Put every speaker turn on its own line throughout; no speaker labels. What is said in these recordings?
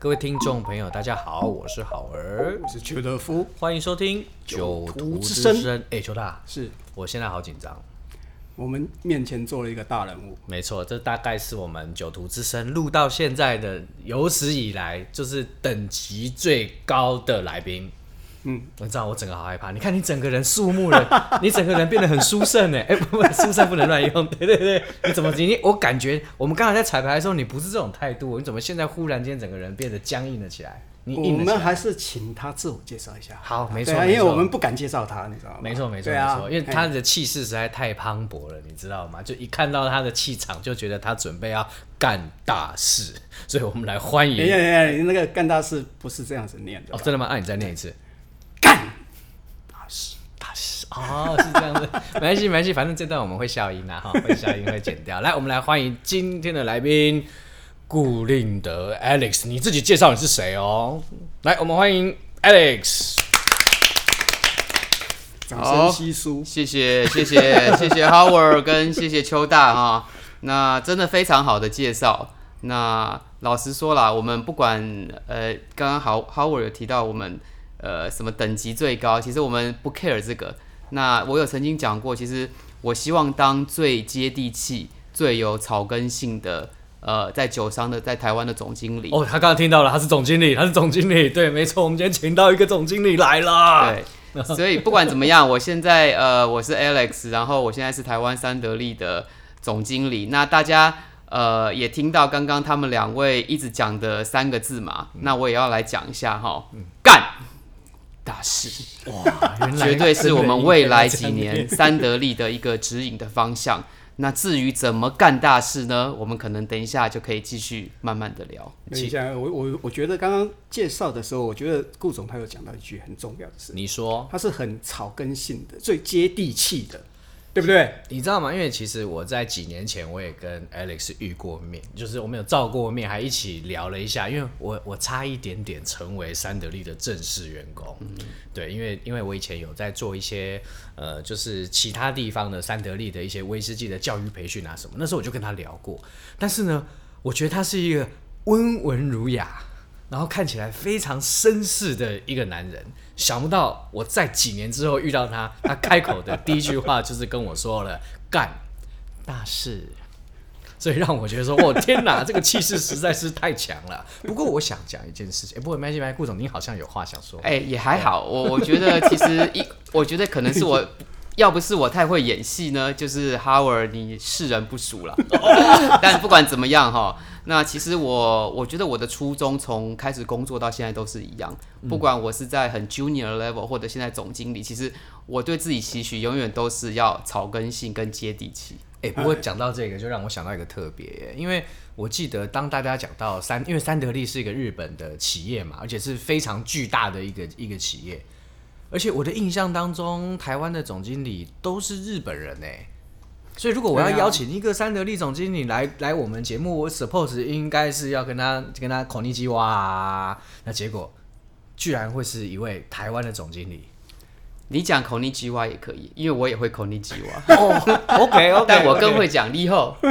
各位听众朋友，大家好，我是好儿，
我是邱德夫，
欢迎收听《
九
徒
徒
之
之
声
声》。
哎，邱大，
是
我现在好紧张。
我们面前坐了一个大人物，
没错，这大概是我们《九徒之声》录到现在的有史以来就是等级最高的来宾。
嗯，
我知道我整个好害怕。你看你整个人肃穆 了，你整个人变得很殊胜哎，哎、不不，殊胜不能乱用。对对对，你怎么你我感觉我们刚才在彩排的时候你不是这种态度，你怎么现在忽然间整个人变得僵硬了起来？你
我
硬了起
们
来。
还是请他自我介绍一下。
好没错
对啊
没
因
错
为我们不敢介绍他，你知道吗？
没错，没错，
对
没
啊
错，因为
哎
他的气势实在太磅礴了，你知道吗？就一看到他的气场，就觉得他准备要干大事， 所以我们来欢迎
哎呀呀，你那个干大事不是这样子念的
哦，，真的吗？那、你再念一次。
干
大师哦，是这样子， 没关系，没关系，反正这段我们会消音啊，哈，会消音会剪掉。 来，我们来欢迎今天的来宾顾令德 Alex，你自己介绍你是谁哦。来，我们欢迎 Alex。
掌声稀疏。
谢谢谢谢 谢谢 Howard 跟谢谢邱大哈，那真的非常好的介绍。那老实说啦，我们不管呃，刚刚好 Howard 有提到我们呃什么等级最高，其实我们不 care 这个。那我有曾经讲过，其实我希望当最接地气、最有草根性的呃，在酒商的在台湾的总经理。
哦，他刚刚听到了，他是总经理，他是总经理，对，没错，我们今天请到一个总经理来啦。
对，所以不管怎么样，我现在呃，我是 Alex，然后我现在是台湾三得利的总经理。那大家呃也听到刚刚他们两位一直讲的三个字嘛，
嗯
那我也要来讲一下哈，干大事，
原来
绝对是我
真的
们
应
未
该
来
这
几
样
年三得利的一个指引的方向。那至于怎么干大事呢？我们可能等一下就可以继续慢慢的聊。
等一下，我我我觉得刚刚介绍的时候，我觉得顾总他有讲到一句很重要的事，
你说，
他是很草根性的，最接地气的，对不对？
你知道吗？因为其实我在几年前我也跟 Alex 遇过面，就是我们有照过面，还一起聊了一下。因为我我差一点点成为三得利的正式员工，对，因为因为我以前有在做一些呃，就是其他地方的三得利的一些威士忌的教育培训啊什么，那时候我就跟他聊过。但是呢，我觉得他是一个温文儒雅，然后看起来非常绅士的一个男人。想不到我在几年之后遇到他，他开口的第一句话就是跟我说了“干大事”，所以让我觉得说，我哦天哪，这个气势实在是太强了。不过我想讲一件事情，哎、不过没关系，没关系，顾总，您好像有话想说。
哎、也还
啊
好，我我觉得其实 一，我觉得可能是我。 要不是我太会演戏呢，就是 Howard 你世人不熟了。
哦
但不管怎么样哈，那其实我我觉得我的初衷从开始工作到现在都是一样，
嗯
不管我是在很 junior level 或者现在总经理，其实我对自己期许永远都是要草根性跟接地气。
哎、不过讲到这个，就让我想到一个特别耶，因为我记得当大家讲到三，因为三得利是一个日本的企业嘛，而且是非常巨大的一个一个企业，而且我的印象当中，台湾的总经理都是日本人哎，所以如果我要
对啊
邀请一个三得利总经理来来我们节目，我 suppose 应该是要跟他跟他孔尼基哇啊，那结果居然会是一位台湾的总经理
你讲 k o n i j i w a 也可以，因为我也会 k o n i j i w a
哦，OK OK，
但我更会讲 立后，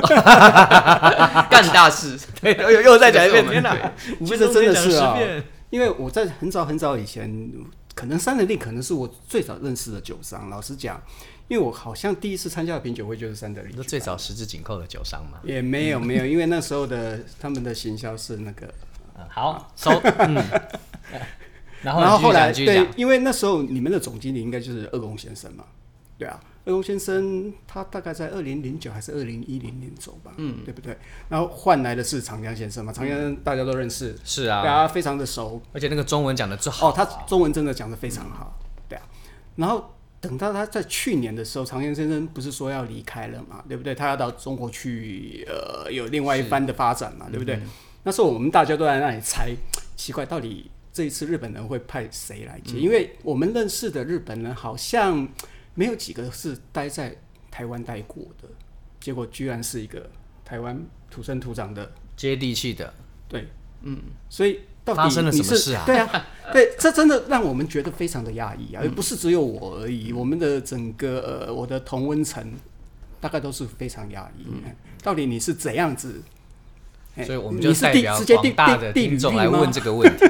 干大事。
对，又又再讲一遍，
这个是我
天
们
哪
对，
五
这
分钟
真的
可以讲
是啊
10遍
因为我在很早很早以前，可能三得利可能是我最早认识的酒商。老实讲，因为我好像第一次参加的品酒会就是三得利
你说
举
最
办
早十指紧扣的酒商吗？
的也没有没有，因为那时候的他们的行销是那个，
嗯，好，收， 嗯，然后
然
你
后
继续
后来
讲继续
对
讲，，
因为那时候你们的总经理应该就是二宫先生嘛，对啊，二宫先生他大概在二零零九还是二零一零年走吧，嗯，对不对？然后换来的是长江先生嘛，长江先生大家都认识，
是
对
嗯啊，
啊，非常的熟，
而且那个中文讲的最好，
哦，他中文真的讲得非常好，对啊。然后等到他在去年的时候，常岩先生不是说要离开了嘛，对不对？他要到中国去，呃，有另外一番的发
嗯
展嘛，对不对？那时候我们大家都在那里猜，奇怪，到底这一次日本人会派谁来
嗯
接？因为我们认识的日本人好像没有几个是待在台湾待过的，结果居然是一个台湾土生土长的
接地气的，
对，嗯，所以到底
发生了什么
你是
事啊
对啊，对，这真的让我们觉得非常的压抑啊，而不是只有我而已，我们的整个呃，我的同温层大概都是非常压抑。到底你是怎样子哎
所以我们
你
就是代
地
表
直接地
广大
地
的
地
听
理
众
地
来
吗嗯
问这个 问题。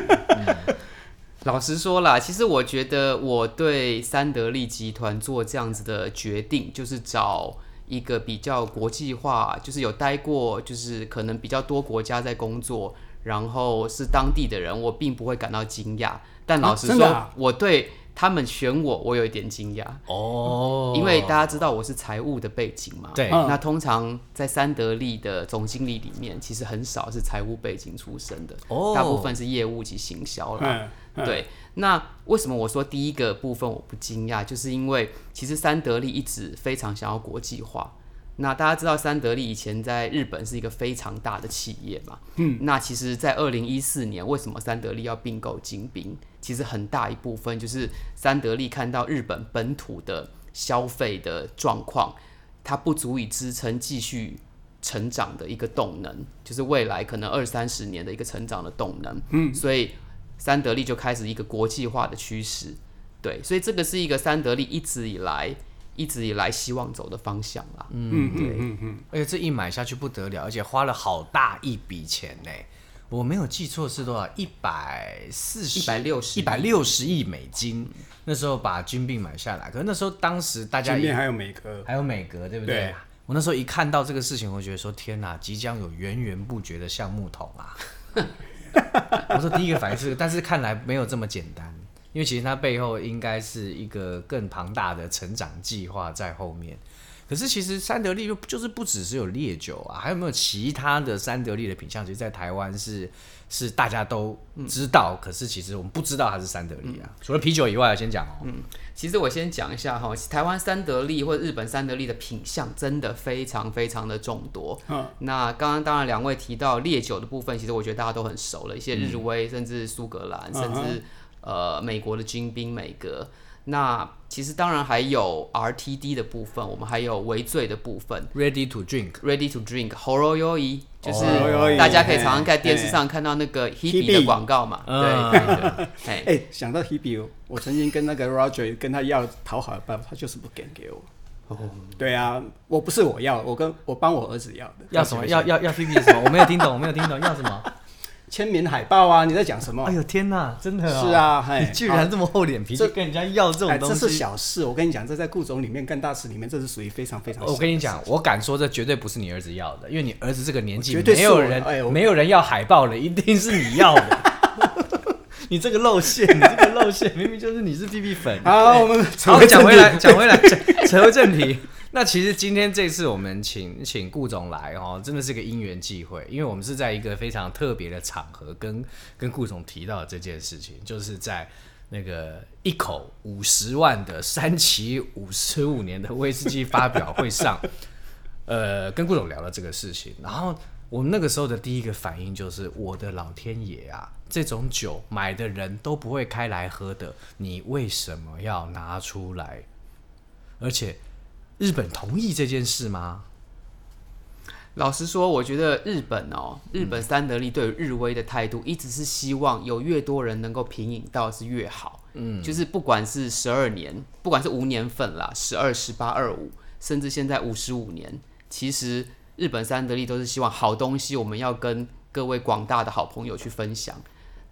老实说啦，其实我觉得我对三得利集团做这样子的决定，就是找一个比较国际化，就是有待过，就是可能比较多国家在工作，然后是当地的人，我并不会感到惊讶。但老实
啊真
说，
的啊
我对他们选我，我有一点惊讶，
哦，
因为大家知道我是财务的背景嘛。
对
嗯
那通常在三得利的总经理里面，其实很少是财务背景出身的，
哦
大部分是业务及行销啦。
嗯，嗯，
对，那为什么我说第一个部分我不惊讶，就是因为其实三得利一直非常想要国际化。那大家知道三得利以前在日本是一个非常大的企业嘛？嗯，那其实，在二零一四年，为什么三得利要并购精兵？其实很大一部分就是三得利看到日本本土的消费的状况，它不足以支撑继续成长的一个动能，就是未来可能二三十年的一个成长的动能。嗯，所以三得利就开始一个国际化的趋势。对，所以这个是一个三得利一直以来一直以来希望走的方向啦。嗯，
嗯嗯嗯嗯，
而且这一买下去不得了，而且花了好大一笔钱呢。我没有记错是多少？一百四十、
160
一百六十亿美金。那时候把军病买下来，可是那时候当时大家
前
也
面还有每个，
还有美格，对不对？
对
我那时候一看到这个事情，我就觉得说天哪，即将有源源不绝的橡木桶啊！ 我说第一个反应是这个，但是看来没有这么简单，因为其实它背后应该是一个更庞大的成长计划在后面。可是其实三得利就就是不只是有烈酒啊，还有没有其他的三得利的品相？其实，在台湾是是大家都知道，可是其实我们不知道它是三得利啊。除了啤酒以外，先讲哦，
其实我先讲一下哈，台湾三得利或日本三得利的品相真的非常非常的众多。
嗯，
那刚刚当然两位提到烈酒的部分，其实我觉得大家都很熟了，一些日威，甚至苏格兰，
嗯
甚至呃美国的军兵美格。那其实当然还有 RTD 的部分，我们还有微醉的部分。
r e a d y to drink。
Ready to drink Horoyoi，就是
哦
大家可以常常在电视上看到那个 Hebe 的广告嘛，
嗯
对对对， 哎，
哎，想到 Hebe，我曾经跟那个 Roger 跟他要讨好的办法，他就是不敢给我。
哦
对啊，我不是我要，我跟我帮我儿子要的。
要什么？要要要 P P 什么？我没有听懂，我没有听懂，要什 么？
签名海报啊？你在讲什么
哎？呦天哪，真的、哦、
是啊嘿
你居然这么厚脸皮，
这
就跟人家要这种
哎，
东
这
西。
是小事，我跟你讲，这在顾总里面干大事里面，这是属于非常非常小的事。
我跟你讲，我敢说这绝对不是你儿子要的，因为你儿子这个年纪，
绝对
没
是
有
我
人、
哎我
没有人要海报了，一定是你要 的。你这个露馅，你这个露馅，明明就是你是 P P 粉。
好，我们
哎好，
回
讲
正
回
题
来，讲回来，讲扯回正题。那其实今天这次我们请请顾总来哦，真的是个因缘际会，因为我们是在一个非常特别的场合跟跟顾总提到这件事情，就是在那个一口五十万的三崎五十五年的威士忌发表会上，呃，跟顾总聊了这个事情，然后我们那个时候的第一个反应就是，我的老天爷啊，这种酒买的人都不会开来喝的，你为什么要拿出来？而且日本同意这件事吗？
老实说，我觉得日本哦，日本三得利对于日威的态度，一直是希望有越多人能够品饮到是越好。嗯，就是不管是十二年，不管是无年份啦，十二、十八、二五，甚至现在五十五年，其实日本三得利都是希望好东西，我们要跟各位广大的好朋友去分享。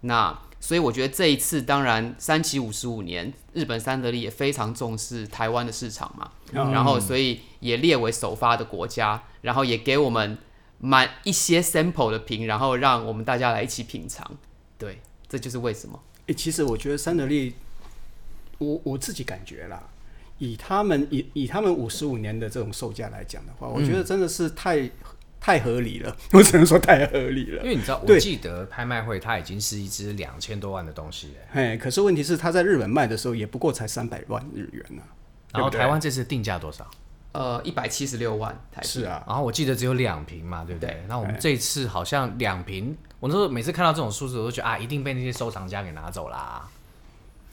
那所以我觉得这一次，当然三期五十五年，日本三得利也非常重视台湾的市场嘛，然后所以也列为首发的国家，然后也给我们满一些 sample 的瓶，然后让我们大家来一起品尝。对，这就是为什么。
欸，其实我觉得三得利，我我自己感觉啦，以他们以以他们五十五年的这种售价来讲的话，
嗯
我觉得真的是太、太合理了， 我只能说太合理了
因。为你知道，我
对
记得拍卖会它已经是一支两千多万的东西了，
哎，可是问题是他在日本卖的时候也不过才三百万日元啊，
然后
对不对
台湾这次定价多少？
呃，一百七十六万台币。
是啊，
然后我记得只有两瓶嘛，对不对
对？
那我们这次好像两瓶，我那时候每次看到这种数字，我都觉得啊，一定被那些收藏家给拿走啦。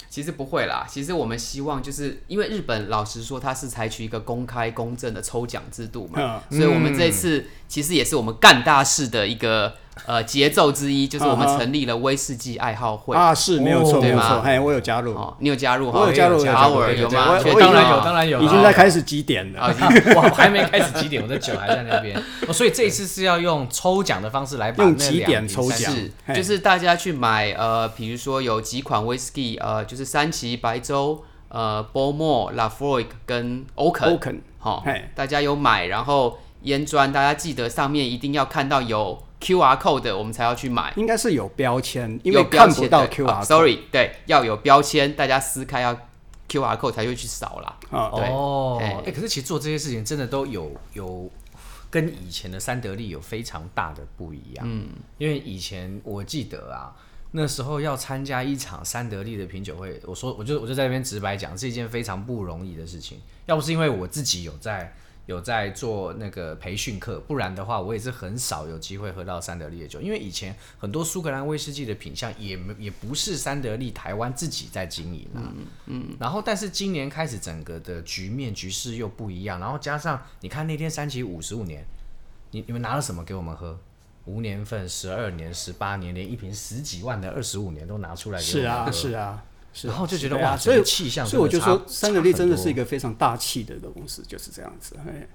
其实不会啦，其实我们希望就是因为日本老实说，它是采取一个公开公正的抽奖制度嘛，
嗯
所以我们这一次其实也是我们干大事的一个呃节奏之一，就是我们
啊哈
成立了威士忌爱好会。
啊，是没有
哦
错，没有
对吧
错，哎，我有加入，
哦，你有加入哈？
我有加入我有加
哈
入
，Howard
对对
有
对
吗？
我
确
我
定
当然
哦
有，当然有，
已经在开始几点了。
啊，
我还 没开始几点，我的酒还在那边。哦所以这一次是要用抽奖的方式来把
用
那
几
两
点
瓶
抽
三
奖
是，
嘿
就是大家去买呃，比如说有几款 whisky，呃，就是三旗、白州、呃、Bowmore、Lafroig 跟 Oaken，
Oaken，
好
嘿，
大家有买，然后烟砖，大家记得上面一定要看到有 QR code 的，我们才要去买。
应该是有标签，因
有
为
标
看
签
不到
对
QR
啊。Sorry，对，要有标签，大家撕开要 QR code 才会去扫啦。
啊，
对
哦，
哎
哎、可是其实做这些事情真的都有有跟以前的三得利有非常大的不一样。嗯，因为以前我记得啊，那时候要参加一场三得利的品酒会，我说我就我就在那边直白讲，是一件非常不容易的事情。要不是因为我自己有在。有在做那个培训课，不然的话，我也是很少有机会喝到三得利的酒，因为以前很多苏格兰威士忌的品相也没也不是三得利台湾自己在经营啊，然后，但是今年开始整个的局面局势又不一样，然后加上你看那天三期五十五年，你你们拿了什么给我们喝？无年份、十二年、十八年，连一瓶十几万的二十五年都拿出来给我
是
们
啊，
喝
是啊，是啊。
然后就觉得
对啊
哇
所
整个
以
气象
所以我
真
就
的差，
说三得利真的是
差
一
很
个非常大气的公司，就是这样子。哎，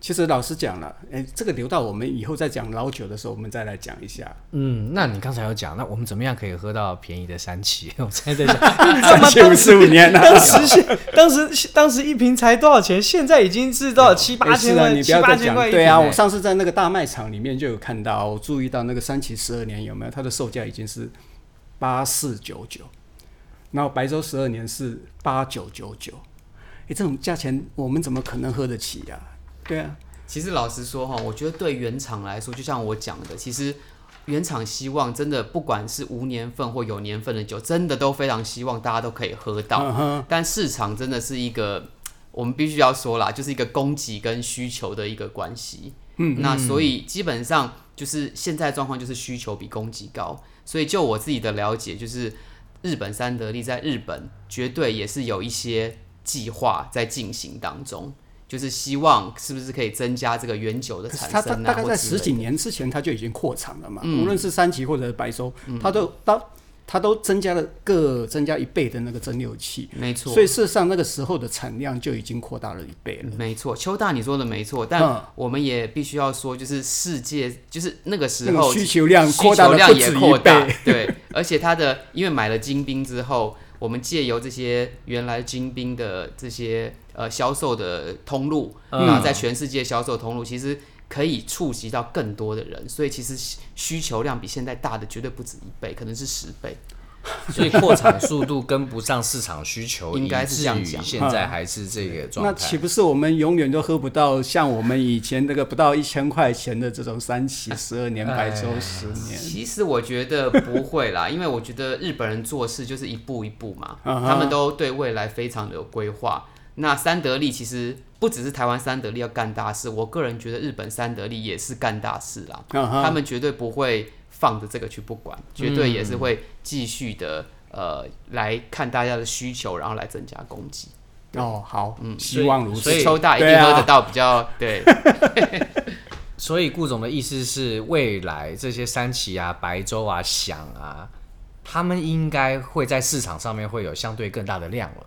其实老实讲了，哎，这个留到我们以后再讲老酒的时候，我们再来讲一下。
嗯，那你刚才有讲，那我们怎么样可以喝到便宜的三期？ 我现在在想，
三千五十五年啊了，
当时现当时当时一瓶才多少钱？现在已经是多少哦七
哎是啊，你不要再讲。对
哎
啊，
欸
我上次在那个大卖场里面就有看到，我注意到那个三旗十二年有没有，它的售价已经是八四九九，然后白州十二年是八九九九，哎，这种价钱我们怎么可能喝得起呀、对啊，
其实老实说哈，我觉得对原厂来说，就像我讲的，其实原厂希望真的不管是无年份或有年份的酒，真的都非常希望大家都可以喝到。
嗯哼，
但市场真的是一个，我们必须要说啦，就是一个供给跟需求的一个关系。嗯，那所以基本上就是现在状况就是需求比供给高，所以就我自己的了解，就是日本三得利在日本绝对也是有一些计划在进行当中，就是希望是不是可以增加这个原酒的
可是
产
它大
生
大
啊，
概
或
在
之
十
类的嗯
几年之前它就已经扩产了嘛，无论是三旗或者是白州，它都到它都增加了各增加一倍的那个蒸馏器。
没错
所。以事实上，那个时候的产量就已经扩大了一倍了。
没错，邱大你说的没错，但
嗯
我们也必须要说，就是世界，就是那个时
那种
候
需求量
需
扩大
求
了
量
不
也
止
扩
一
大
倍。，
对，而且它的因为买了精兵之后，我们借由这些原来精兵的这些呃销售的通路，
嗯
然后在全世界销售通路，其实可以触及到更多的人，所以其实需需求量比现在大的绝对不止一倍，可能是十倍。
所以扩产速度跟不上市场需求，
应该
以
是
至
这样
于
讲
现在还是这个状
嗯那
态。
岂不是我们永远都喝不到像我们以前那个不到一千块钱的这种三
哎
期十二年白粥十年？
其实我觉得不 会啦，因为我觉得日本人做事就是一步一步嘛，
嗯哼
他们都对未来非常的有规划。那三得利其实不只是台湾三得利要干大事，我个人觉得日本三得利也是干大事啦，
嗯哼
啊他们绝对不会放着这个去不管，
嗯
绝对也是会继续的呃来看大家的需求，然后来增加供给。
哦，好，
嗯
希望如
所
此
以。
抽大一
对
定
啊
喝得到比较对，
所以顾总的意思是，未来这些三旗啊、白粥啊、响啊，他们应该会在市场上面会有相对更大的量 了。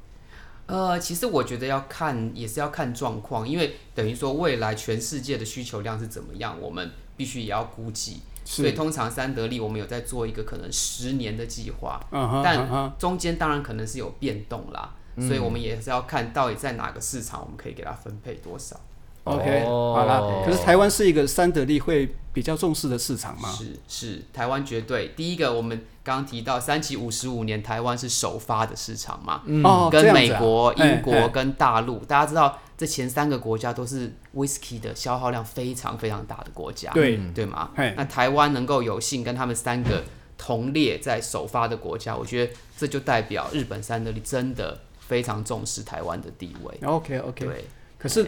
呃，其实我觉得要看，也是要看状况，因为等于说未来全世界的需求量是怎么样，我们必须也要估计。所以
是，
通常三得利我们有在做一个可能十年的计划，
嗯哼，嗯哼
但中间当然可能是有变动啦，所以我们也是要看到底在哪个市场我们可以给它分配多少。
，OK，
哦
好啦。可是台湾是一个三得利会比较重视的市场嘛？
是是，台湾绝对第一个，我们刚刚提到三期五十五年，台湾是首发的市场嘛，
哦，这
嗯跟
样
美
子啊
国、
哎
英国
哎
跟大陆，大家知道这前三个国家都是 whisky 的消耗量非常非常大的国家，
对
对吗
嘿？
那台湾能够有幸跟他们三个同列在首发的国家，我觉得这就代表日本三得利真的非常重视台湾的地位。
，OK OK，
对，
可是，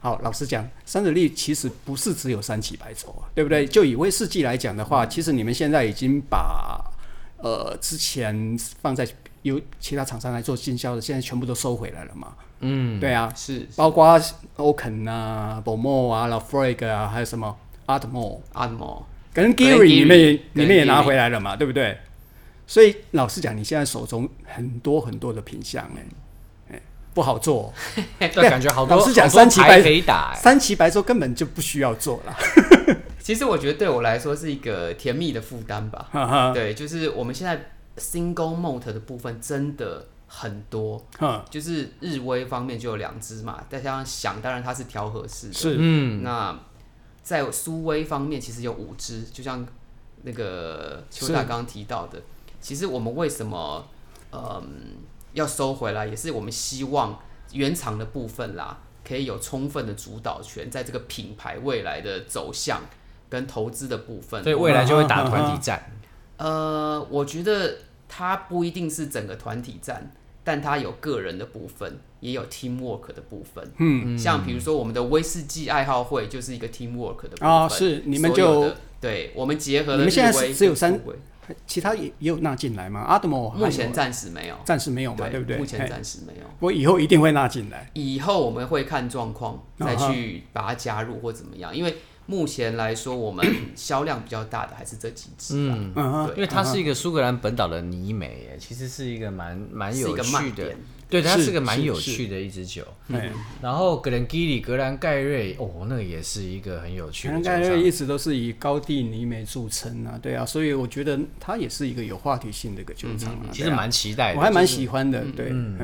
好，老实讲，三得利其实不是只有三七白粥啊，对不对？就以威士忌来讲的话，其实你们现在已经把呃之前放在由其他厂商来做经销的，现在全部都收回来了嘛。嗯，对啊，
是
包括欧肯啊、博莫啊、老 f r e g 啊，还有什么阿特莫，
按摩
跟 Gary 你们也你们也拿回来了嘛，对不对？所以老实讲，你现在手中很多很多的品相，哎，哎，不好做、
对，感觉好多
老实讲
好多
三七
牌
白
可以打、
哦。
哎
三旗白粥根本就不需要做了，
其实我觉得对我来说是一个甜蜜的负担吧。
哈哈，
对，就是我们现在 single malt 的部分真的很多，
嗯，
就是日威方面就有两支嘛，再加上响，当然它是调和式的。
是，
嗯，
那在苏威方面，其实有五支，就像那个邱大刚刚提到的，其实我们为什么嗯要收回来，也是我们希望原厂的部分啦，可以有充分的主导权，在这个品牌未来的走向跟投资的部分。
所以未来就会打
嗯
团体战，
呃，我觉得它不一定是整个团体战，但它有个人的部分，也有 teamwork 的部分。嗯，像比如说我们的威士忌爱好会就是一个 teamwork 的部分。
啊是你们
所有的
就
对，我们结合了
你们现在
日威
只有
跟
三
苏威，
其他也也有纳进来嘛，阿德
哦
莫
目
啊
前暂时没有，
啊暂时没有嘛，对不对？
目前
嘿
暂时没有。
我以后一定会纳进来，
以后我们会看状况
啊
再
哈
去把它加入或怎么样，因为目前来说我们 销量比较大的还是这几支啦。
嗯哼，
因为它是一个苏格兰本岛的泥煤，哎，其实是一个蛮蛮
是一
有
个
趣
慢
的
点，
对，它
是
是个蛮
是
有
是
趣的一支酒。
哎，
然后格兰基里、格兰盖瑞，哦，那个也是一个很有趣
全
的
能
酒
盖
厂
瑞一直都是以高地泥煤著称啊，对啊，所以我觉得它也是一个有话题性的一个酒厂啊，
其
对
实
啊
蛮期待的，
我还
嗯
蛮
哎就是
喜欢的，对，嗯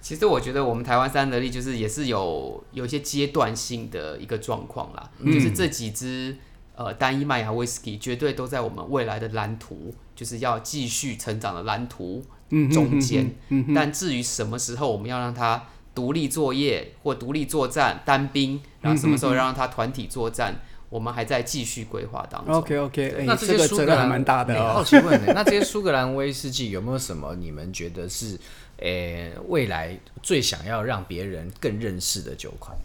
其实我觉得我们台湾三得利就是也是有有一些阶段性的一个状况啦，就是这几支呃单一麦芽威士忌绝对都在我们未来的蓝图，就是要继续成长的蓝图中间。但至于什么时候我们要让它独立作业或独立作战单兵，然后什么时候让它团体作战，我们还在继续规划当中。
，OK OK，哎，
那
这
些
个
苏
责
格
任还
兰
蛮大的
哎
哦
好，奇问呢，那这些苏格兰威士忌有没有什么你们觉得是，诶、未来最想要让别人更认识的酒款？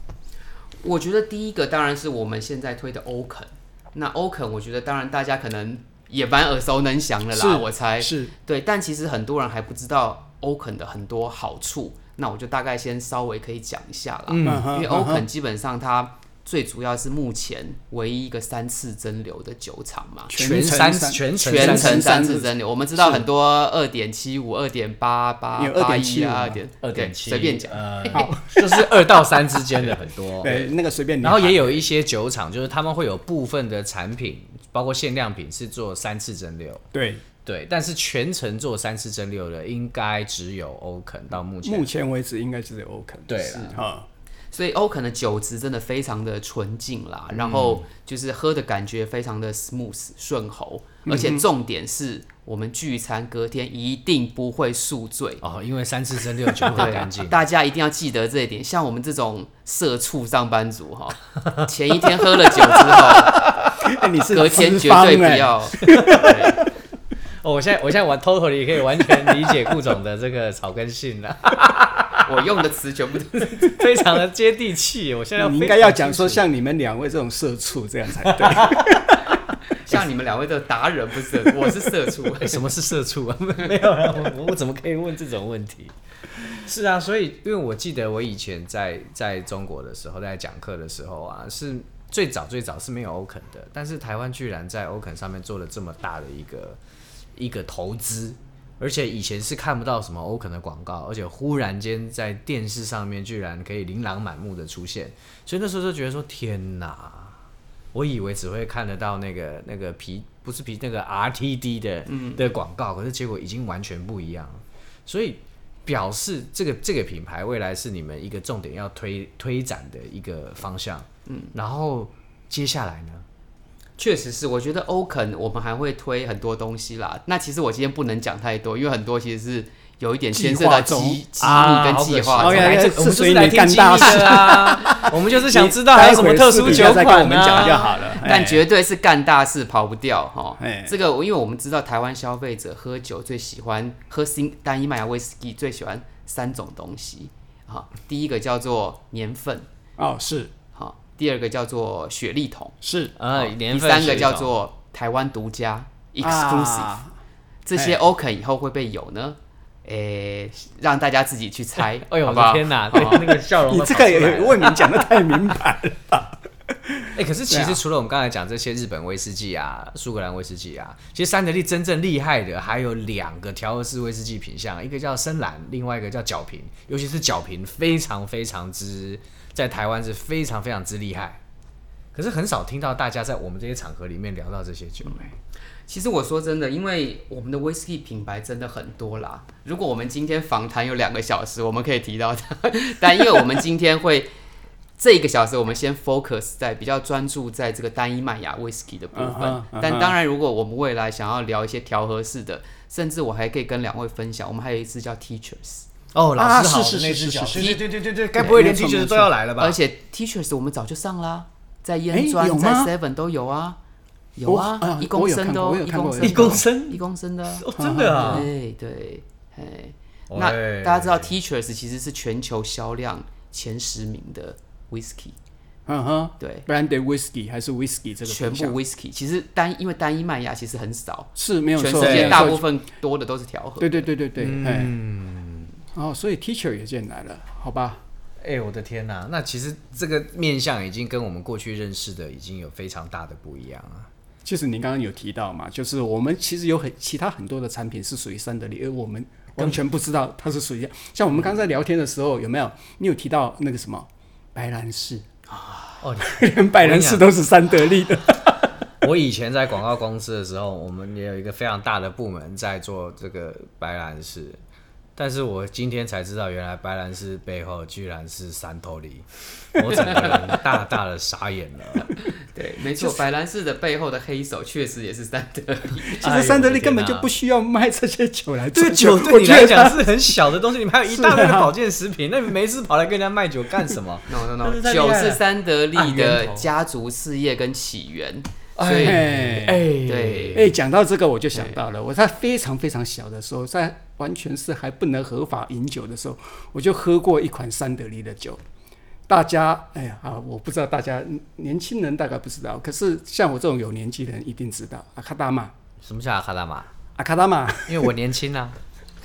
我觉得第一个当然是我们现在推的欧肯。那欧肯，我觉得当然大家可能也蛮耳熟能详的
是
啦，我猜。
是
对，但其实很多人还不知道欧肯的很多好处，那我就大概先稍微可以讲一下啦。
嗯
啊因为
嗯哼
欧肯基本上它最主要是目前唯一一个三次蒸馏的酒厂嘛，
嗯全程
三
三
全程
全程
三
三
三
次
次
蒸馏。我们知道很多二点七五、二点八八、
有
八一
2.75
啊、
嘛
二点
二点七，
随便讲。
呃， 就是二到三之间的很多。
对，那个随便你
然
喊，
后也有一些酒厂，就是他们会有部分的产品，包括限量品是做三次蒸馏，
对，
对，但是全程做三次蒸馏的应该只有欧肯到目前
目。前为止应该只有 OK，
对啦
啊，
所以欧肯的酒质真的非常的纯净啦，
嗯
然后就是喝的感觉非常的 smooth 顺喉，
嗯
而且重点是我们聚餐隔天一定不会宿醉。，
哦，因为三次蒸馏酒很干净
大家一定要记得这一点。像我们这种社畜上班族哈， 前一天喝了酒之后，
哎 你是
隔天
资
绝
方
对不
哎
要。
哦，我现在我现在玩 totally 可以完全理解顾总的这个草根性了，
我用的词全部都是
非常的接地气。我现在
你
非
应该要讲说像你们两位这种社畜这样才对，
像你们两位的达人，不是我是社畜。
哎什么是社畜啊？没有啦，我我怎么可以问这种问题？ 是啊，所以因为我记得我以前在在中国的时候，在讲课的时候啊，是最早最早是没有欧肯的，但是台湾居然在欧肯上面做了这么大的一个一个投资，而且以前是看不到什么欧肯的广告，而且忽然间在电视上面居然可以琳琅满目的出现，所以那时候就觉得说天哪，我以为只会看得到那个那个皮不是皮那个 RTD 的、
嗯
的广告，可是结果已经完全不一样了，所以表示这个这个品牌未来是你们一个重点要推推展的一个方向。嗯，然后接下来呢？
确实是，我觉得欧肯我们还会推很多东西啦。那其实我今天不能讲太多，因为很多其实是有一点牵涉到
计划中
机机
啊
密跟计划
好可
中。
惜
OK，
来这
是
我们就
随
是
你
来听
干
机
大
密的啊， 我们 就是想知道还有什么特殊酒
你待会私底下再跟
款
我们讲就
啊。
好了，
但
哎
绝对是干大事跑不掉哈
哎。
这个我因为我们知道台湾消费者喝酒最喜欢喝新单一麦芽威士忌，最喜欢三种东西啊。第一个叫做年份，
哦是
好，第二个叫做雪莉桶，
是
呃，
好
年
第
份
三个
系
叫
统，
做台湾独家 exclusive。
啊
这些 o k 以后会不会有呢？诶、让大家自己去猜
哎呦
好
我
不好？
的天哪，
好
对那个笑容
你
都
这
跑
个
出来
也
了
未免讲的太明白了吧？
哎、可是其实除了我们刚才讲这些日本威士忌啊、苏格兰威士忌啊，其实三得利真正厉害的还有两个调和式威士忌品相，一个叫深蓝，另外一个叫角瓶。尤其是角瓶，非常非常之在台湾是非常非常之厉害。可是很少听到大家在我们这些场合里面聊到这些酒、哎
其实我说真的，因为我们的威士忌品牌真的很多啦。如果我们今天访谈有两个小时，我们可以提到它， 但因为我们今天会这一个小时，我们先 focus 在比较专注在这个单一麦芽威士忌的部分。
嗯哼嗯哼
但当然，如果我们未来想要聊一些调和式的，甚至我还可以跟两位分享，我们还有一支叫 Teachers，
哦，老
啊
师好，
是是
那
是
只
是
角
是
对对对对对，该不会连
没错
T 恤
没
都
错
要来了吧？
而且 Teachers 我们早就上啦，在
诶
烟砖、
有
在
吗
Seven 都有啊，有啊，
我啊
一公升的哦，
我有
一
看过
公
我有看过
升的哦，
一公升
一公升的哦。
哦，真的啊，
对对，哎，
哦
那
哎
大家知道 Teachers 其实是全球销量前十名的 Whisky，
嗯哼
对，
，branded whisky 还是 whisky 这个
全部
品相
Whisky 其实单因为单一麦芽其实很少，
是没有
全
错，
世
没
界
有
大
错
部分多的都是调和。
对对对对对，嗯，哦，所以 teacher 也进来了，好吧？
哎、我的天呐、那其实这个面相已经跟我们过去认识的已经有非常大的不一样了。
就是您刚刚有提到嘛，就是我们其实有很其他很多的产品是属于三得利，而我们完全不知道它是属于像我们刚才聊天的时候有没有？你有提到那个什么白兰氏，
哦， 哎
连白兰氏都是三得利 的，
我以前在广告公司的时候，我们也有一个非常大的部门在做这个白兰氏，但是我今天才知道，原来白兰氏背后居然是三头梨，我整个人大大的傻眼了。
对，没错，白兰氏的背后的黑手确实也是三德利。
其实三得利根本
哎
就
呦我的天哪
不需要卖这些酒来
这啊
做
个酒对
我
你
觉
来
得
讲
它
是很小的东西，你们还有一大堆的保健食品，那你们没事跑来跟人家卖酒干什么？
no
但
no
是
no，
太厉害
酒
了
是三得利
啊源
的
头
家族事业跟起源，所以
哎
哎，
对
哎，讲到这个我就想到了，我在非常非常小的时候，在完全是还不能合法饮酒的时候，我就喝过一款三得利的酒。大家，哎呀啊，我不知道大家年轻人大概不知道，可是像我这种有年纪的人一定知道阿卡达玛，
什么叫阿卡拉玛？
阿卡达玛，
因为我年轻啊。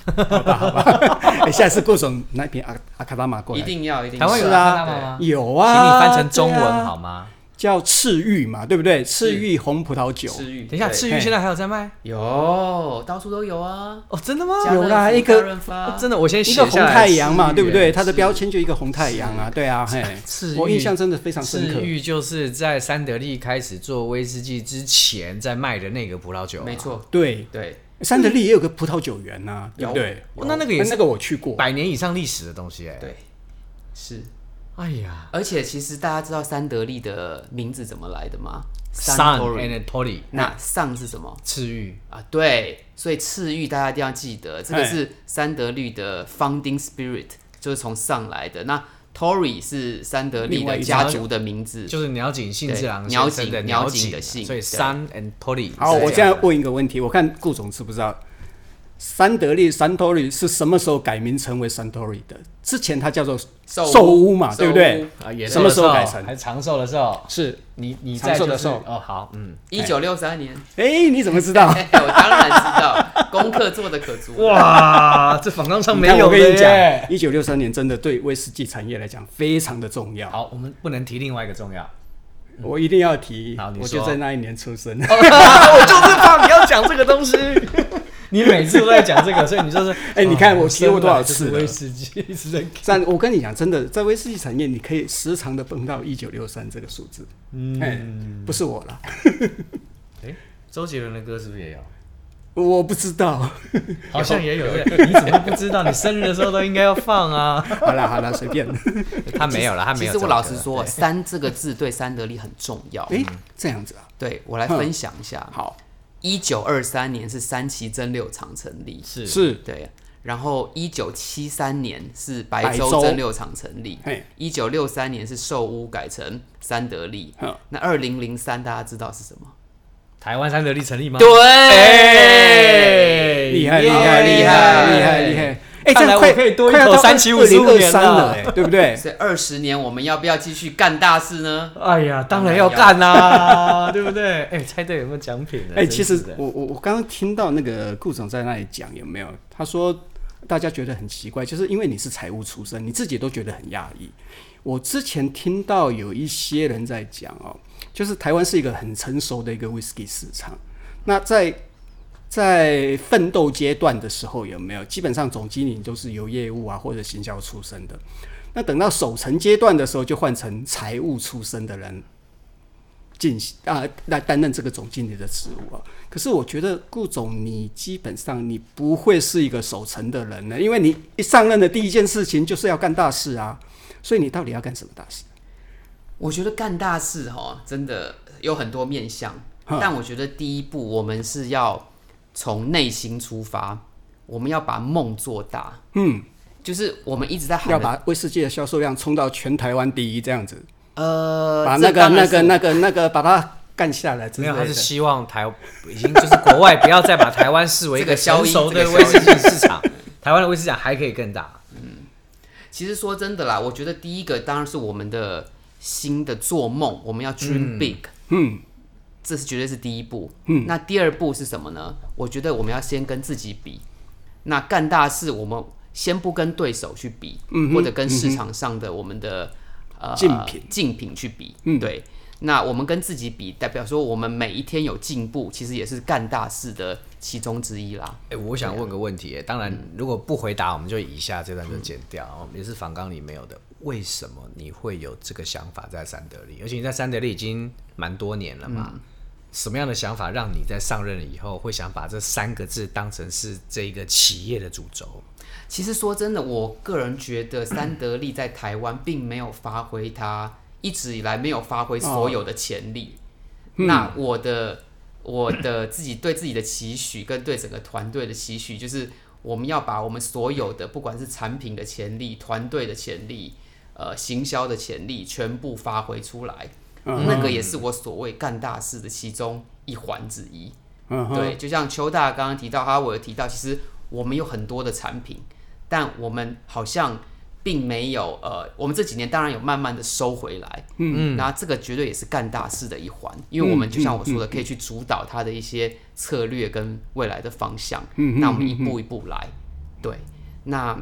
哎下次过总那瓶阿阿卡达玛过
一
来，
定要一定
台湾
是
有
啊
阿卡拉玛吗？
有
请
啊，
你翻成中
对啊
文好吗？
叫赤玉嘛，对不对？赤玉红葡萄酒
治愈。
等一下，
对
赤玉现在还有在卖？
有，到处都有啊。
哦，真的吗？
家
有啦
润福
一个
大润发
哦真的，我先
一
写
个红
下
太
来。
阳嘛，
赤
对不对？
玉
它的
赤
标签就一个红太阳啊，对啊，嘿
赤，
我
玉
印象真的非常深刻
赤。玉就是在三得利开始做威士忌之前在卖的那个葡萄酒、啊
没。错，
对，
对，
三得利也有个葡萄酒园呐、对不
有
对？
哦那那个也
啊
是
那个我去过，
百年以上历史的东西哎、
对，是。
哎呀
而且其实大家知道三得利的名字怎么来的吗
，Sun
Suntory
and Tory
那上是什么
赤玉
啊？对，所以赤玉大家一定要记得，这个
哎
是三得利的 founding spirit，就是从上来的。那 Tory 是三得利
另外
的
一
家
家
族的名字，
就是鸟井幸之郎
对鸟井
先生的
鸟井
井
的姓
所以
对
Sun and Tory。
好，我
这
现在
样的
问一个问题，我看顾总知不知道，三得利 （Santori） 是什么时候改名成为 Santori 的？之前它叫做
寿屋
寿屋嘛，对不
寿屋
对？哎
啊，也
什么时候改成
还长寿的寿？
是，
你你
长
在
寿
就
的
是
寿
哦，好，嗯，
一九六三年。
哎，你怎么知 道？
嘿我当然知道，功课做的可足。
哇，这访纲上没
你看
有
我
的
跟你讲
耶，
一九六三年真的对威士忌产业来讲非常的重要。
好，我们不能提另外一个重要，
我一定要提
好，你
我
说
就在那一年出生。
我就是怕你要讲这个东西。 你每次都在讲这个，所以你就是
哎你看
哦
我提过多少次
生来就是
了
威士忌一直在
但我跟你讲，真的，在威士忌产业，你可以时常的碰到一九六三这个数字。嗯，不是我啦，
哎，周杰伦的歌是不是也有？
我不知道。
好像也有，对你怎么会不知道？你生日的时候都应该要放啊。
好啦好啦，随便。
他没有了，他没
其
有。
实我老实，说，三这个字对三得利很重要。
哎、这样子啊，
对我来分享一下。
好，
一九二三年是三旗蒸馏厂成立，
是
是，
对。然后一九七三年是
白
白
州
州蒸馏厂成立
嘿，
一九六三年是寿屋改成三得利
嗯。
那二零零三大家知道是什么？
台湾三得利成立吗？
对，
哎，
厉害厉
耶
害厉害厉害厉害。哎、
看
这
来
样
我
快
可以多一
快要
口
到
35
2023了、
年
哎，对不对？
所以二十年我们要不要继续干大事呢？
哎呀，当然要干啦，对不对？哎，猜对有没有奖品呢？
哎、其
真
实
是的
我我我刚刚听到那个顾总在那里讲，有没有？他说大家觉得很奇怪，就是因为你是财务出身，你自己都觉得很压抑。我之前听到有一些人在讲哦，就是台湾是一个很成熟的一个 whisky 市场。那在在奋斗阶段的时候，有没有基本上总经理都是由业务啊或者行销出身的？那等到守成阶段的时候，就换成财务出身的人进行啊，来担任这个总经理的职务啊。可是我觉得顾总，你基本上你不会是一个守成的人呢，因为你一上任的第一件事情就是要干大事啊。所以你到底要干什么大事？
我觉得干大事哈，真的有很多面向，但我觉得第一步我们是要从内心出发，我们要把梦做大。
嗯，
就是我们一直在
要
喊的，
把威士忌的销售量冲到全台湾第一这样子，
呃，
把
这
那个
当
那
然是
个那个那个把它干下来之
没
类
有，他是
的。
希望台已经就是国外不要再把台湾视为一
这个消
成
音
熟的
这个
威士
消音
忌市场，台湾的威士忌市场还可以更大。
其实说真的啦，我觉得第一个当然是我们的新的做梦，我们要 dream big，
嗯，
这是绝对是第一步。嗯，那第二步是什么呢？我觉得我们要先跟自己比，那干大事我们先不跟对手去比，
嗯哼
或者跟市场上的我们的、呃
竞品嗯
竞品去比，对。那我们跟自己比，代表说我们每一天有进步，其实也是干大事的其中之一啦。
哎、我想问个问题、当然如果不回答，我们就以下这段就剪掉，哦也是访纲里没有的。为什么你会有这个想法在三得利？而且你在三得利已经蛮多年了嘛，什么样的想法让你在上任以后会想把这三个字当成是这个企业的主轴？
其实说真的，我个人觉 得三得利在台湾并没有发挥它一直以来没有发
哦
挥所有的潜力。
嗯
那我的我的自己对自己的期许跟对整个团队的期许，就是我们要把我们所有的不管是产品的潜力、团队的潜力、呃行销的潜力，全部发挥出来。
嗯
那个也是我所谓干大事的其中一环之一。
嗯哼，
对，就像邱大刚刚提到，哈维尔提到，其实我们有很多的产品，但我们好像并没有呃，我们这几年当然有慢慢的收回来，嗯嗯，那这个绝对也是干大事的一环，因为我们就像我说的，可以去主导它的一些策略跟未来的方向，
嗯嗯
那我们一步一步来，对，那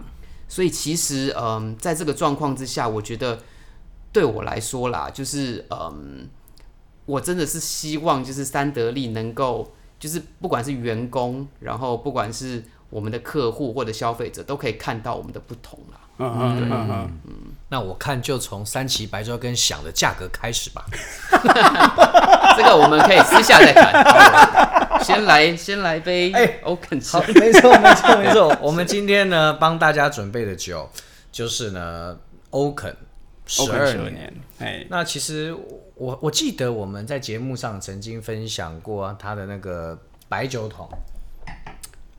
所以其实嗯、在这个状况之下，我觉得对我来说啦，就是嗯。我真的是希望，就是三得利能够就是不管是员工，然后不管是我们的客户或者消费者，都可以看到我们的不同啦。
嗯哼嗯哼，
那我看就从三旗白粥跟想的价格开始吧。
这个我们可以私下再谈。好了先来先来杯
哎
o k
好， 没错，没错，没错。我们今天呢，帮大家准备的酒就是呢欧肯十二
12
年。
年，哎，
那其实我我记得我们在节目上曾经分享过他的那个白酒桶，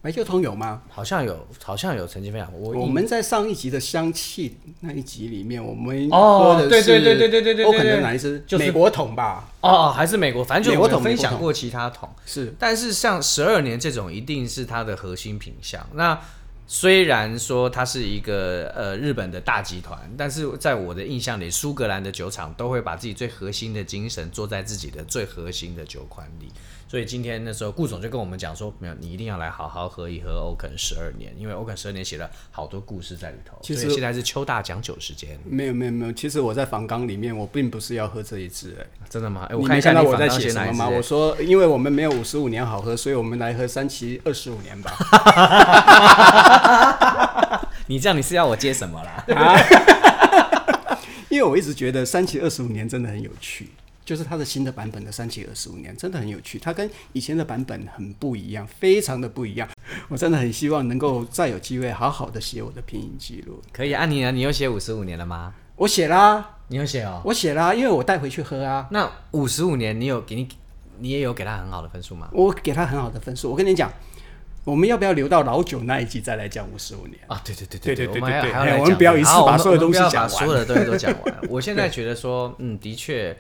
白酒桶有吗？
好像有，好像有曾经分享过。我
我们在上一集的香气那一集里面，我们
哦
喝的是
对对对对对对对
我可
对
能
对
哪一支？
就是
美国桶吧？
哦，还是美国，反正就
美
我
国
们有
桶
分
美国
享
桶
过其他桶。
是，
但是像十二年这种，一定是它的核心品项。那虽然说它是一个呃日本的大集团，但是在我的印象里，苏格兰的酒厂都会把自己最核心的精神做在自己的最核心的酒款里。所以今天那时候，顾总就跟我们讲说，没有，你一定要来好好喝一喝欧肯十二年，因为欧肯十二年写了好多故事在里头。
其实
所以现在是邱大讲酒时间，
没有没有没有。其实我在房缸里面，我并不是要喝这一支，哎。
真的吗？哎，
你
我
没
一下
到
你
我
访
在
纲
写
写
什
哪
么
一
吗？
支哎
我说，因为我们没有五十五年好喝，所以我们来喝三七二十五年 吧。
你这样你是要我接什么啦？
因为我一直觉得三七二十五年真的很有趣，就是它的新的版本的三七二十五年真的很有趣，它跟以前的版本很不一样，非常的不一样。我真的很希望能够再有机会好好的写我的拼音记录。
可以啊，你呢？你又写五十五年了吗？
我写啦，
你有写哦。
我写啦，因为我带回去喝啊，
那五十五年，你有给你，你也有给他很好的分数吗？
我给他很好的分数。我跟你讲，我们要不要留到老九那一集再来讲五十五年？
啊，对对对
对
我
对
们还
对对
还
哎
要来
我们
讲
不要
这个
一次
好我
把
们
所有
我们
东西
不要
讲
把
完
所有的东西都讲 完。我现在觉得说，嗯，的确，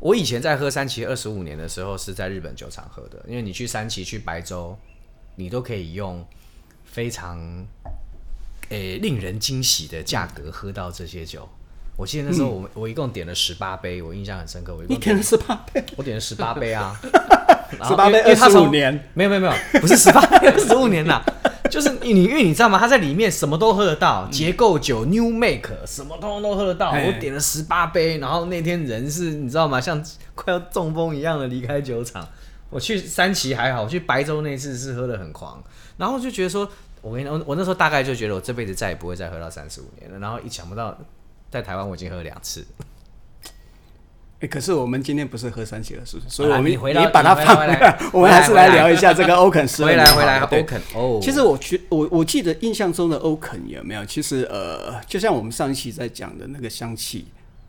我以前在喝三旗二十五年的时候是在日本酒厂喝的，因为你去三旗去白州，你都可以用非常诶、令人惊喜的价格喝到这些酒。我记得那时候我们、我一共点了十八杯，我印象很深刻。我一
嗯你
共
点了十八倍，
我点了十 八杯啊，
18杯
然后因为因为他从
25年，
没有没有没有，不是十八杯，十五年呐。就是你你因为你知道吗？他在里面什么都喝得到，
嗯
结构酒、New Make 什么通通都喝得到。
哎
我点了十八杯，然后那天人是你知道吗？像快要中风一样的离开酒厂。我去三旗还好，我去白州那次是喝得很狂，然后就觉得说，我跟你讲，我我那时候大概就觉得我这辈子再也不会再喝到三十五年了。然后一想不到，在台湾我已经喝了两次，
哎，可是我们今天不是喝三喜了，是不是？所以我
好啦
们
你回到
把它
你回
放
来回来
来，我们还是来聊一下这个欧肯斯。
回来回来
对
欧肯哦，
其实我觉我我记得印象中的欧肯有没有？其实呃，就像我们上一期在讲的那个香气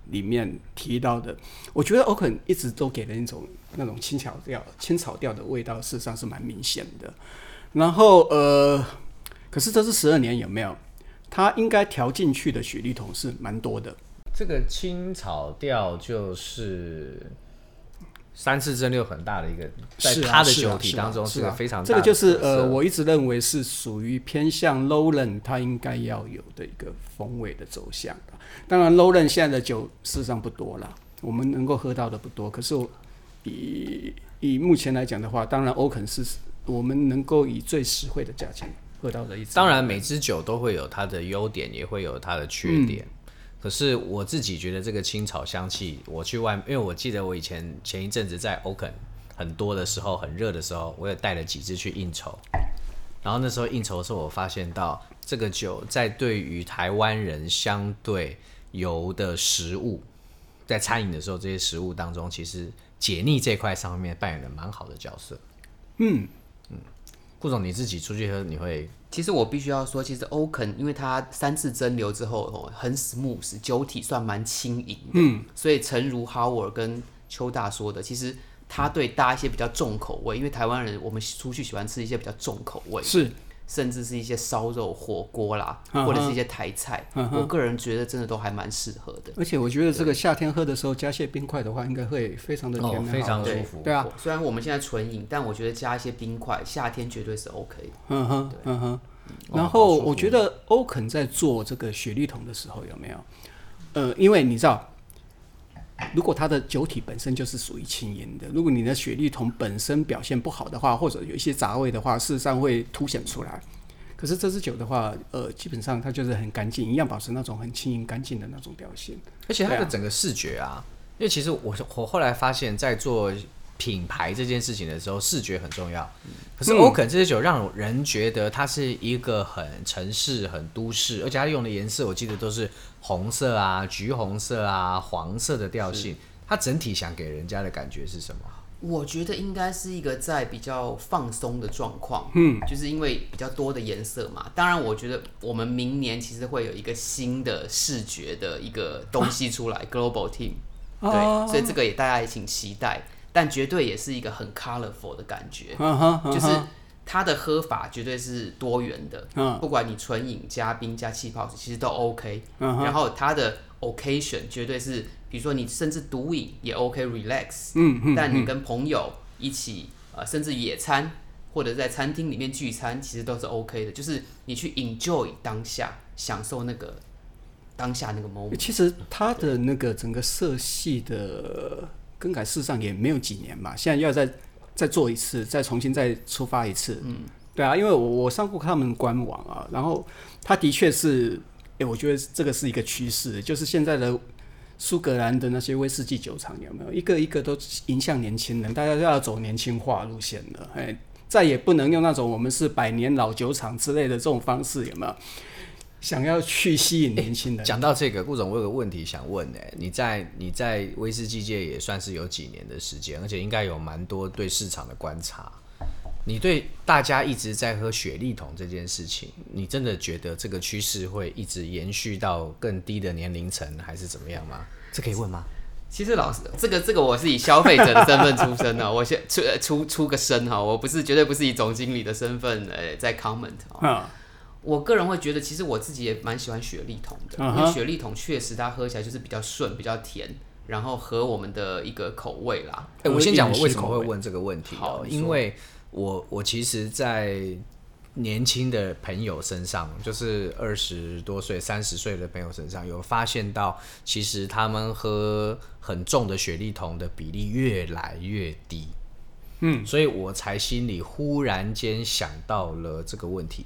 里面提到的，我觉得欧肯一直都给人一种那种青草调、青草调的味道，事实上是蛮明显的。然后呃，可是这是十二年有没有？它应该调进去的雪莉桶是蛮多的，
这个青草调就是三次蒸馏很大的一个，在
是啊
它的
是啊
酒体
是啊
当中
是
个
啊
非常大
这
的
个就是
特色
呃，我一直认为是属于偏向 Lowland 它应该要有的一个风味的走向。啊当然，Lowland 现在的酒事实上不多啦，我们能够喝到的不多。可是我以以目前来讲的话，当然欧肯是我们能够以最实惠的价钱喝到的一支。
当然，每支酒都会有它的优点，也会有它的缺点。可是我自己觉得这个青草香气，我去外，因为我记得我以前前一阵子在欧肯很多的时候，很热的时候，我也带了几支去应酬。然后那时候应酬的时候，我发现到这个酒在对于台湾人相对油的食物，在餐饮的时候，这些食物当中，其实解腻这块上面扮演了蛮好的角色。嗯嗯，顾总你自己出去喝，你会
其实我必须要说，其实欧肯因为它三次蒸馏之后哦，很 smooth，酒体算蛮轻盈的。嗯，所以诚如 Howard 跟邱大说的，其实他对搭一些比较重口味，因为台湾人我们出去喜欢吃一些比较重口味，
是
甚至是一些烧肉、火锅啦，
嗯哼嗯
或者是一些台菜。我个人觉得真的都还蛮适合的。
而且我觉得这个夏天喝的时候加些冰块的话，应该会非常的
哦
甜，美、
非常
好
舒
喝
对
服。
对啊，
虽然我们现在纯饮，但我觉得加一些冰块，夏天绝对是 OK 的。
嗯哼，嗯哼。
哦
然
好
后
舒服
我觉得欧肯在做这个雪莉桶的时候有没有？呃，因为你知道，如果它的酒体本身就是属于轻盈的，如果你的雪莉桶本身表现不好的话，或者有一些杂味的话，事实上会凸显出来。可是这支酒的话，呃，基本上它就是很干净，一样保持那种很轻盈干净的那种表现。
而且它的整个视觉啊，因为其实我我后来发现，在做品牌这件事情的时候，视觉很重要。
嗯
可是欧肯这些酒让人觉得它是一个很城市、很都市，而且它用的颜色我记得都是红色啊、橘红色啊、黄色的调性。它整体想给人家的感觉是什么？
我觉得应该是一个在比较放松的状况，嗯，就是因为比较多的颜色嘛。当然，我觉得我们明年其实会有一个新的视觉的一个东西出来、g l o b a l Team，对，
哦
所以这个也大家也请期待。但绝对也是一个很 colorful 的感觉，
嗯哼，嗯
就是
哼
它的喝法绝对是多元的，
嗯
不管你纯饮加冰加气泡水，其实都 OK、
嗯哼
然后它的 occasion 绝对是，比如说你甚至独饮也 OK，relax，、
嗯嗯
但你跟朋友一起，呃，甚至野餐或者在餐厅里面聚餐，其实都是 OK 的，就是你去 enjoy 当下，享受那个当下那个 moment。
其实它的那个整个色系的更改，事实上也没有几年嘛，现在要再再做一次，再重新再出发一次。嗯，对啊，因为我我上过他们官网啊，然后它的确是，诶，我觉得这个是一个趋势，就是现在的苏格兰的那些威士忌酒厂有没有一个一个都迎向年轻人，大家都要走年轻化路线了，哎，再也不能用那种我们是百年老酒厂之类的这种方式，有没有？想要去吸引年轻人，
讲到这个，顾总，我有个问题想问哎、你在你在威士忌界也算是有几年的时间，而且应该有蛮多对市场的观察。你对大家一直在喝雪莉桶这件事情，你真的觉得这个趋势会一直延续到更低的年龄层，还是怎么样吗？这可以问吗？
其实老师，这个这个我是以消费者的身份出身的、 我先出呃出出个身哈、我不是绝对不是以总经理的身份呃在 comment 哦、
嗯
我个人会觉得，其实我自己也蛮喜欢雪莉桶的，
嗯哼
因为雪莉桶确实它喝起来就是比较顺、比较甜，然后合我们的一个口味啦。
哎、我先讲我为什么会问这个问题
好
哦，
你说
因为我我其实，在年轻的朋友身上，就是二十多岁、三十岁的朋友身上，有发现到，其实他们喝很重的雪莉桶的比例越来越低。嗯，所以我才心里忽然间想到了这个问题。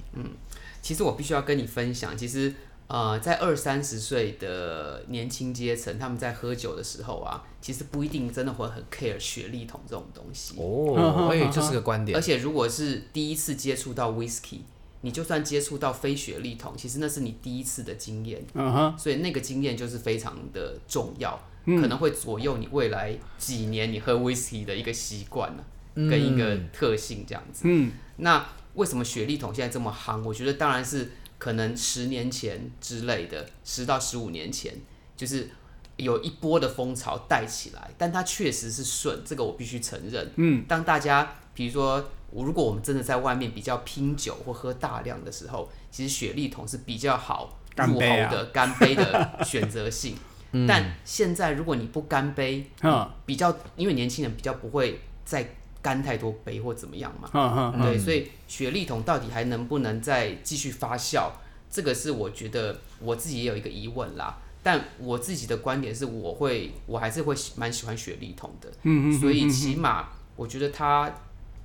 其实我必须要跟你分享，其实呃，在二三十岁的年轻阶层，他们在喝酒的时候啊，其实不一定真的会很 care 雪莉桶这种东西。
哦，哎，这是个观点
而。且如果是第一次接触到 whisky，你就算接触到非雪莉桶，其实那是你第一次的经验，
嗯哼，
所以那个经验就是非常的重要，可能会左右你未来几年你喝 whisky 的一个习惯呢，跟一个特性这样子。
嗯，
那为什么雪莉桶现在这么夯？我觉得当然是可能十年前之类的，十到十五年前，就是有一波的风潮带起来，但它确实是顺，这个我必须承认。嗯，当大家比如说，我如果我们真的在外面比较拼酒或喝大量的时候，其实雪莉桶是比较好
干
入喉
杯啊嗯
的干杯的选 择性。但现在如果你不干杯，
哼
比较因为年轻人比较不会再干太多杯或怎么样嘛，
哼哼，
对，所以雪莉桶到底还能不能再继续发酵？这个是我觉得我自己也有一个疑问啦。但我自己的观点是，我会我还是会喜蛮喜欢雪莉桶的，嗯所以起码我觉得它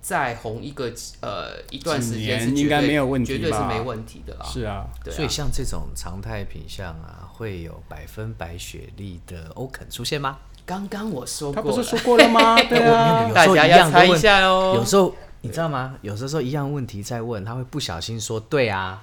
再红一个呃一段时间是
几年应该
绝对
没有问题
绝对是
吧
没问题的啦。
是啊，
对啊
所以像这种常态品相啊，会有百分百雪莉的欧肯出现吗？
刚刚我说
他
过
不是
了，
说过了 吗？
哎
对啊，
大家要猜一下哦
有时候你知道吗？有时候一样问题再问，他会不小心说对啊，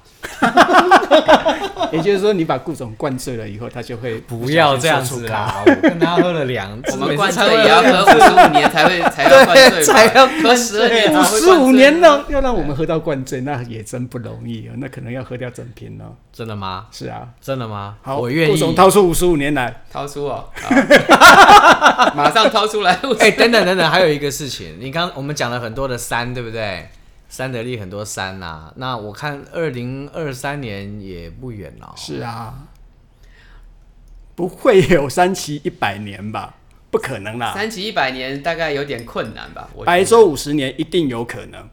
也就是说你把顾总灌醉了以后，他就会
不要这样子啦！我跟他喝了 两，
我
每次
们灌
才
醉
会
也要喝五十五年才会才要灌 醉吧，
才要
喝十二
啊
年
哎
才
五
会
十五
灌醉啊
年了，要让我们喝到灌醉，那也真不容易哦，那可能要喝掉整瓶哦。
真的吗？
是啊，
真的吗？
好，
我愿
顾总
意。
掏出五十五年来，
掏出哦，好马上掏出来。
哎、等等等等，还有一个事情，你刚我们讲了很多的山，对不对？三得利很多山呐、那我看二零二三年也不远了、哦。
是啊，不会有三期一百年吧？不可能啦，
三期一百年大概有点困难吧？我
啊白粥五十年一定有可能。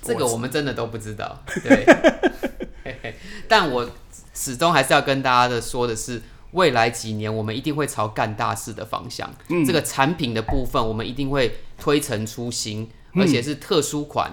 这个我们真的都不知道。对， 嘿嘿但我始终还是要跟大家的说的是，未来几年我们一定会朝干大事的方向。
嗯
这个产品的部分，我们一定会推陈出新，
嗯
而且是特殊款、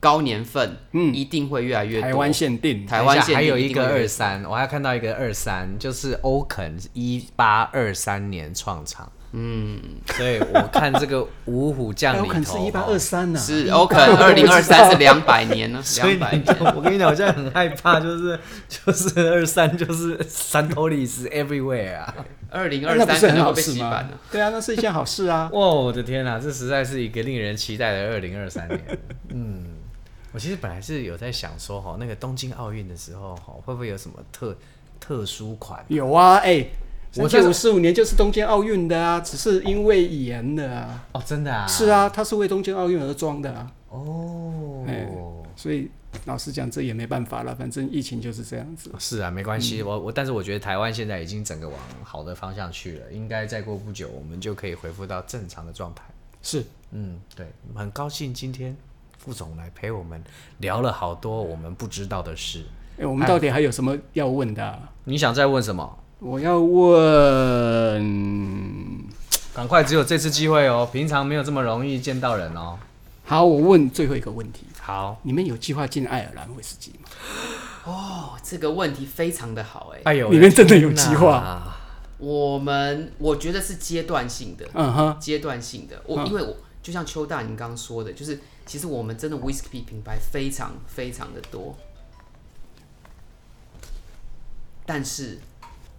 高年份，一定会越来越多。
台湾限定，
台
等
湾
一下
限
还
定
有
一
一
定
个
会
二三，我还看到一个二三，就是欧肯一八二三年创厂。嗯，所以我看这个五虎将
有
里
可
头
能是一八二，三呢。
是欧 肯二零二三是两百年呢，
所以
两百
你
年。
我跟你讲，我现在很害怕，就是 就是二三就是山头里是 everywhere 啊！
二零
那
二
那不是
三可
很
能
好
会被
事
洗版
吗
了。？
对啊，那是一件好事啊。
哇，我的天哪、这实在是一个令人期待的二零二三年。嗯，我其实本来是有在想说，哈，那个东京奥运的时候，哈，会不会有什么特特殊款？
有啊，哎，
我
我
在
这五十五年就是东京奥运的啊，只是因为延的啊。
哦，真的啊？
是啊，它是为东京奥运而装的啊。
哦。
哎所以老实讲，这也没办法了，反正疫情就是这样子。
是啊，没关系，我我但是我觉得台湾现在已经整个往好的方向去了，应该再过不久我们就可以恢复到正常的状态。
是，
嗯，对，很高兴今天副总来陪我们聊了好多我们不知道的事。
哎，我们到底还有什么要问的啊？
你想再问什么？
我要问，
赶快，只有这次机会哦，平常没有这么容易见到人哦。
好，我问最后一个问题：
好，
你们有计划进爱尔兰威士忌吗？
哦，这个问题非常的好哎、
哎呦，
你们真的有计划
啊？
我们我觉得是阶段性的，
嗯哼，
阶段性的。我、因为我就像邱大您刚刚说的，就是其实我们真的 whisky 品牌非常非常的多，但是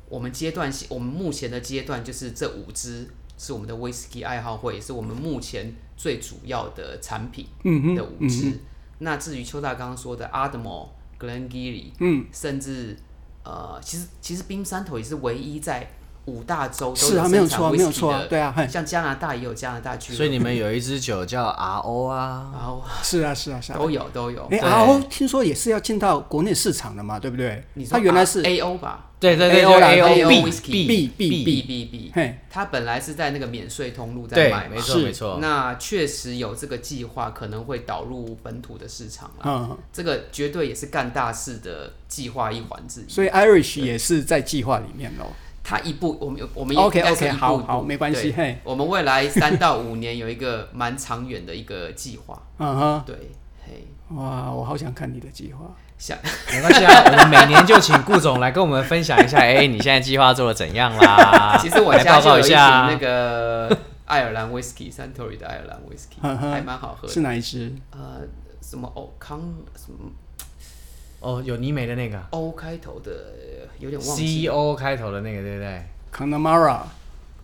我们阶段性，我们目前的阶段就是这五支是我们的 whisky 爱好会，也是我们目前最主要的产品
嗯
的五支。那至于邱大刚刚说的 Admiral、Glengarry，嗯，甚至呃，其实其实冰山头也是唯一在五大洲都
是啊，没有
生产
错啊，没有
whisky
错啊
的，
对啊， 嘿
像加拿大也有加拿大区，
所以你们有一支酒叫 RO 啊？
然后
是啊，是啊，是啊。
都有都有。
对
哎，RO 听说也是要进到国内市场的嘛，对不对
你？说啊
它原来是
A O 吧
对对对
AO 啦
A
AO
O
whisky
B
B
B，
B B B，
嘿，
它本来是在那个免税通路在
对
卖，
没
嘛。
错
是
没错。
那确实有这个计划，可能会导入本土的市场啦。
嗯，
这个绝对也是干大事的计划一环之一。
所以 Irish 也是在计划里面喽。
它一步，我们有我们也
OK
应该是
OK，
一步
好
一步
好没关系
对
嘿
我们 未来三到五年有一个蛮长远的一个计划，
嗯哼，
对，嘿，
哇，我好想看你的计划。
想
没关系啊，我们每年就请顾总来跟我们分享一下，哎、你现在计划做的怎样啦？
其实我
啊来
家
报
就有
告
一
一
瓶
下啊
那个爱尔兰 whisky Suntory 的爱尔兰 whisky，
呵呵
还蛮好喝的。
是哪一支？
呃，什么欧康什么
哦，有尼美的那个
欧开头的，呃有点忘记。
CEO 开头的那个，对不对？
Connemara，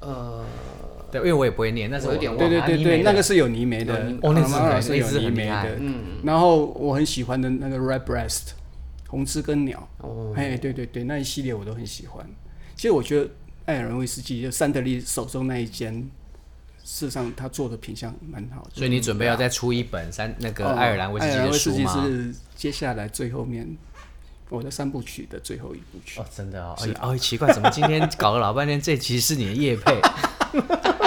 呃，
对，因为我也不会念，但是
我有点忘
对对对对，那个是有泥煤啊的
有泥
哦那是
Connemara
很
是
那支
有
很
泥煤
厉害
的。
嗯，
然后我很喜欢的那个 Red Breast，红知更鸟，
哦，
哎，对对对，那一系列我都很喜欢。其实我觉得爱尔兰威士忌就三得利手中那一间，事实上他做的品相蛮好的。
所以你准备要再出一本三那个
哦
爱尔兰威士忌
爱尔
的
兰
书吗？
是接下来最后面我的三部曲的最后一部曲。
哦，真的哦，哎哦，奇怪，怎么今天搞了老半天，这集是你的夜配？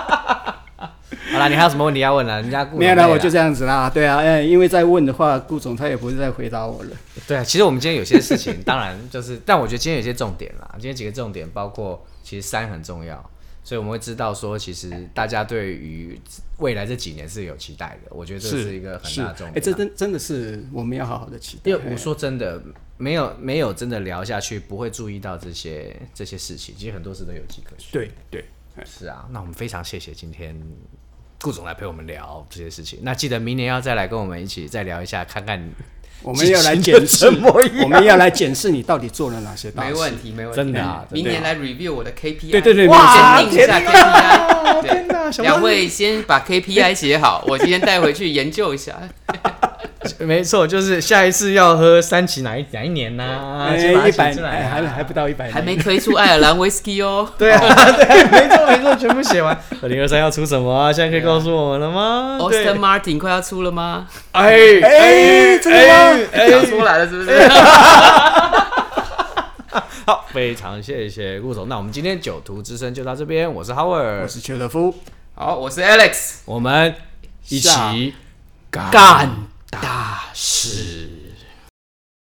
好啦，你还有什么问题要问啊？人家顾
没有
了，
啦，我就这样子啦，对啊，哎，因为再问的话，顾总他也不会再回答我了。
对啊，其实我们今天有些事情，当然就是，但我觉得今天有些重点啦。今天几个重点包括，其实山很重要，所以我们会知道说，其实大家对于未来这几年是有期待的。我觉得这是一个很
是
大的重点啊。
哎、这真真的是我们要好好的期待。哎
因为我说真的，没有没有真的聊下去，不会注意到这些这些事情。其实很多事都有迹可循。
对对，
是啊，那我们非常谢谢今天顾总来陪我们聊这些事情。那记得明年要再来跟我们一起再聊一下，看看
我们要来
激情的
检视
什么样
我们要来检视你到底做了哪些大
没
事。
问题，没问题。
真的啊
嗯明
真的
年来 review 我的 KPI。
对对对
哇，
哇
先定一下
天
KPI
天哪
对。
小
两位先把 KPI 写好，我今天带回去研究 一下。
没错，就是下一次要喝三期哪一哪一年呢、
哎，
啊先把它
一
写
百、
出来
哎
啊
还还不到一百，
还没推出爱尔兰 whisky 哦。
对啊， 对，没错没错，全部写完。二零二三要出什么啊？现在可以告诉我们了吗？对
Austin Martin 快要出了吗？
哎
哎真的吗
讲出来了是不是？
哎好，非常谢谢顾总。那我们今天九途之声就到这边，我是
我
Howard，
是邱德夫，
好，我是 Alex。
我们一
下
起
干
干大事。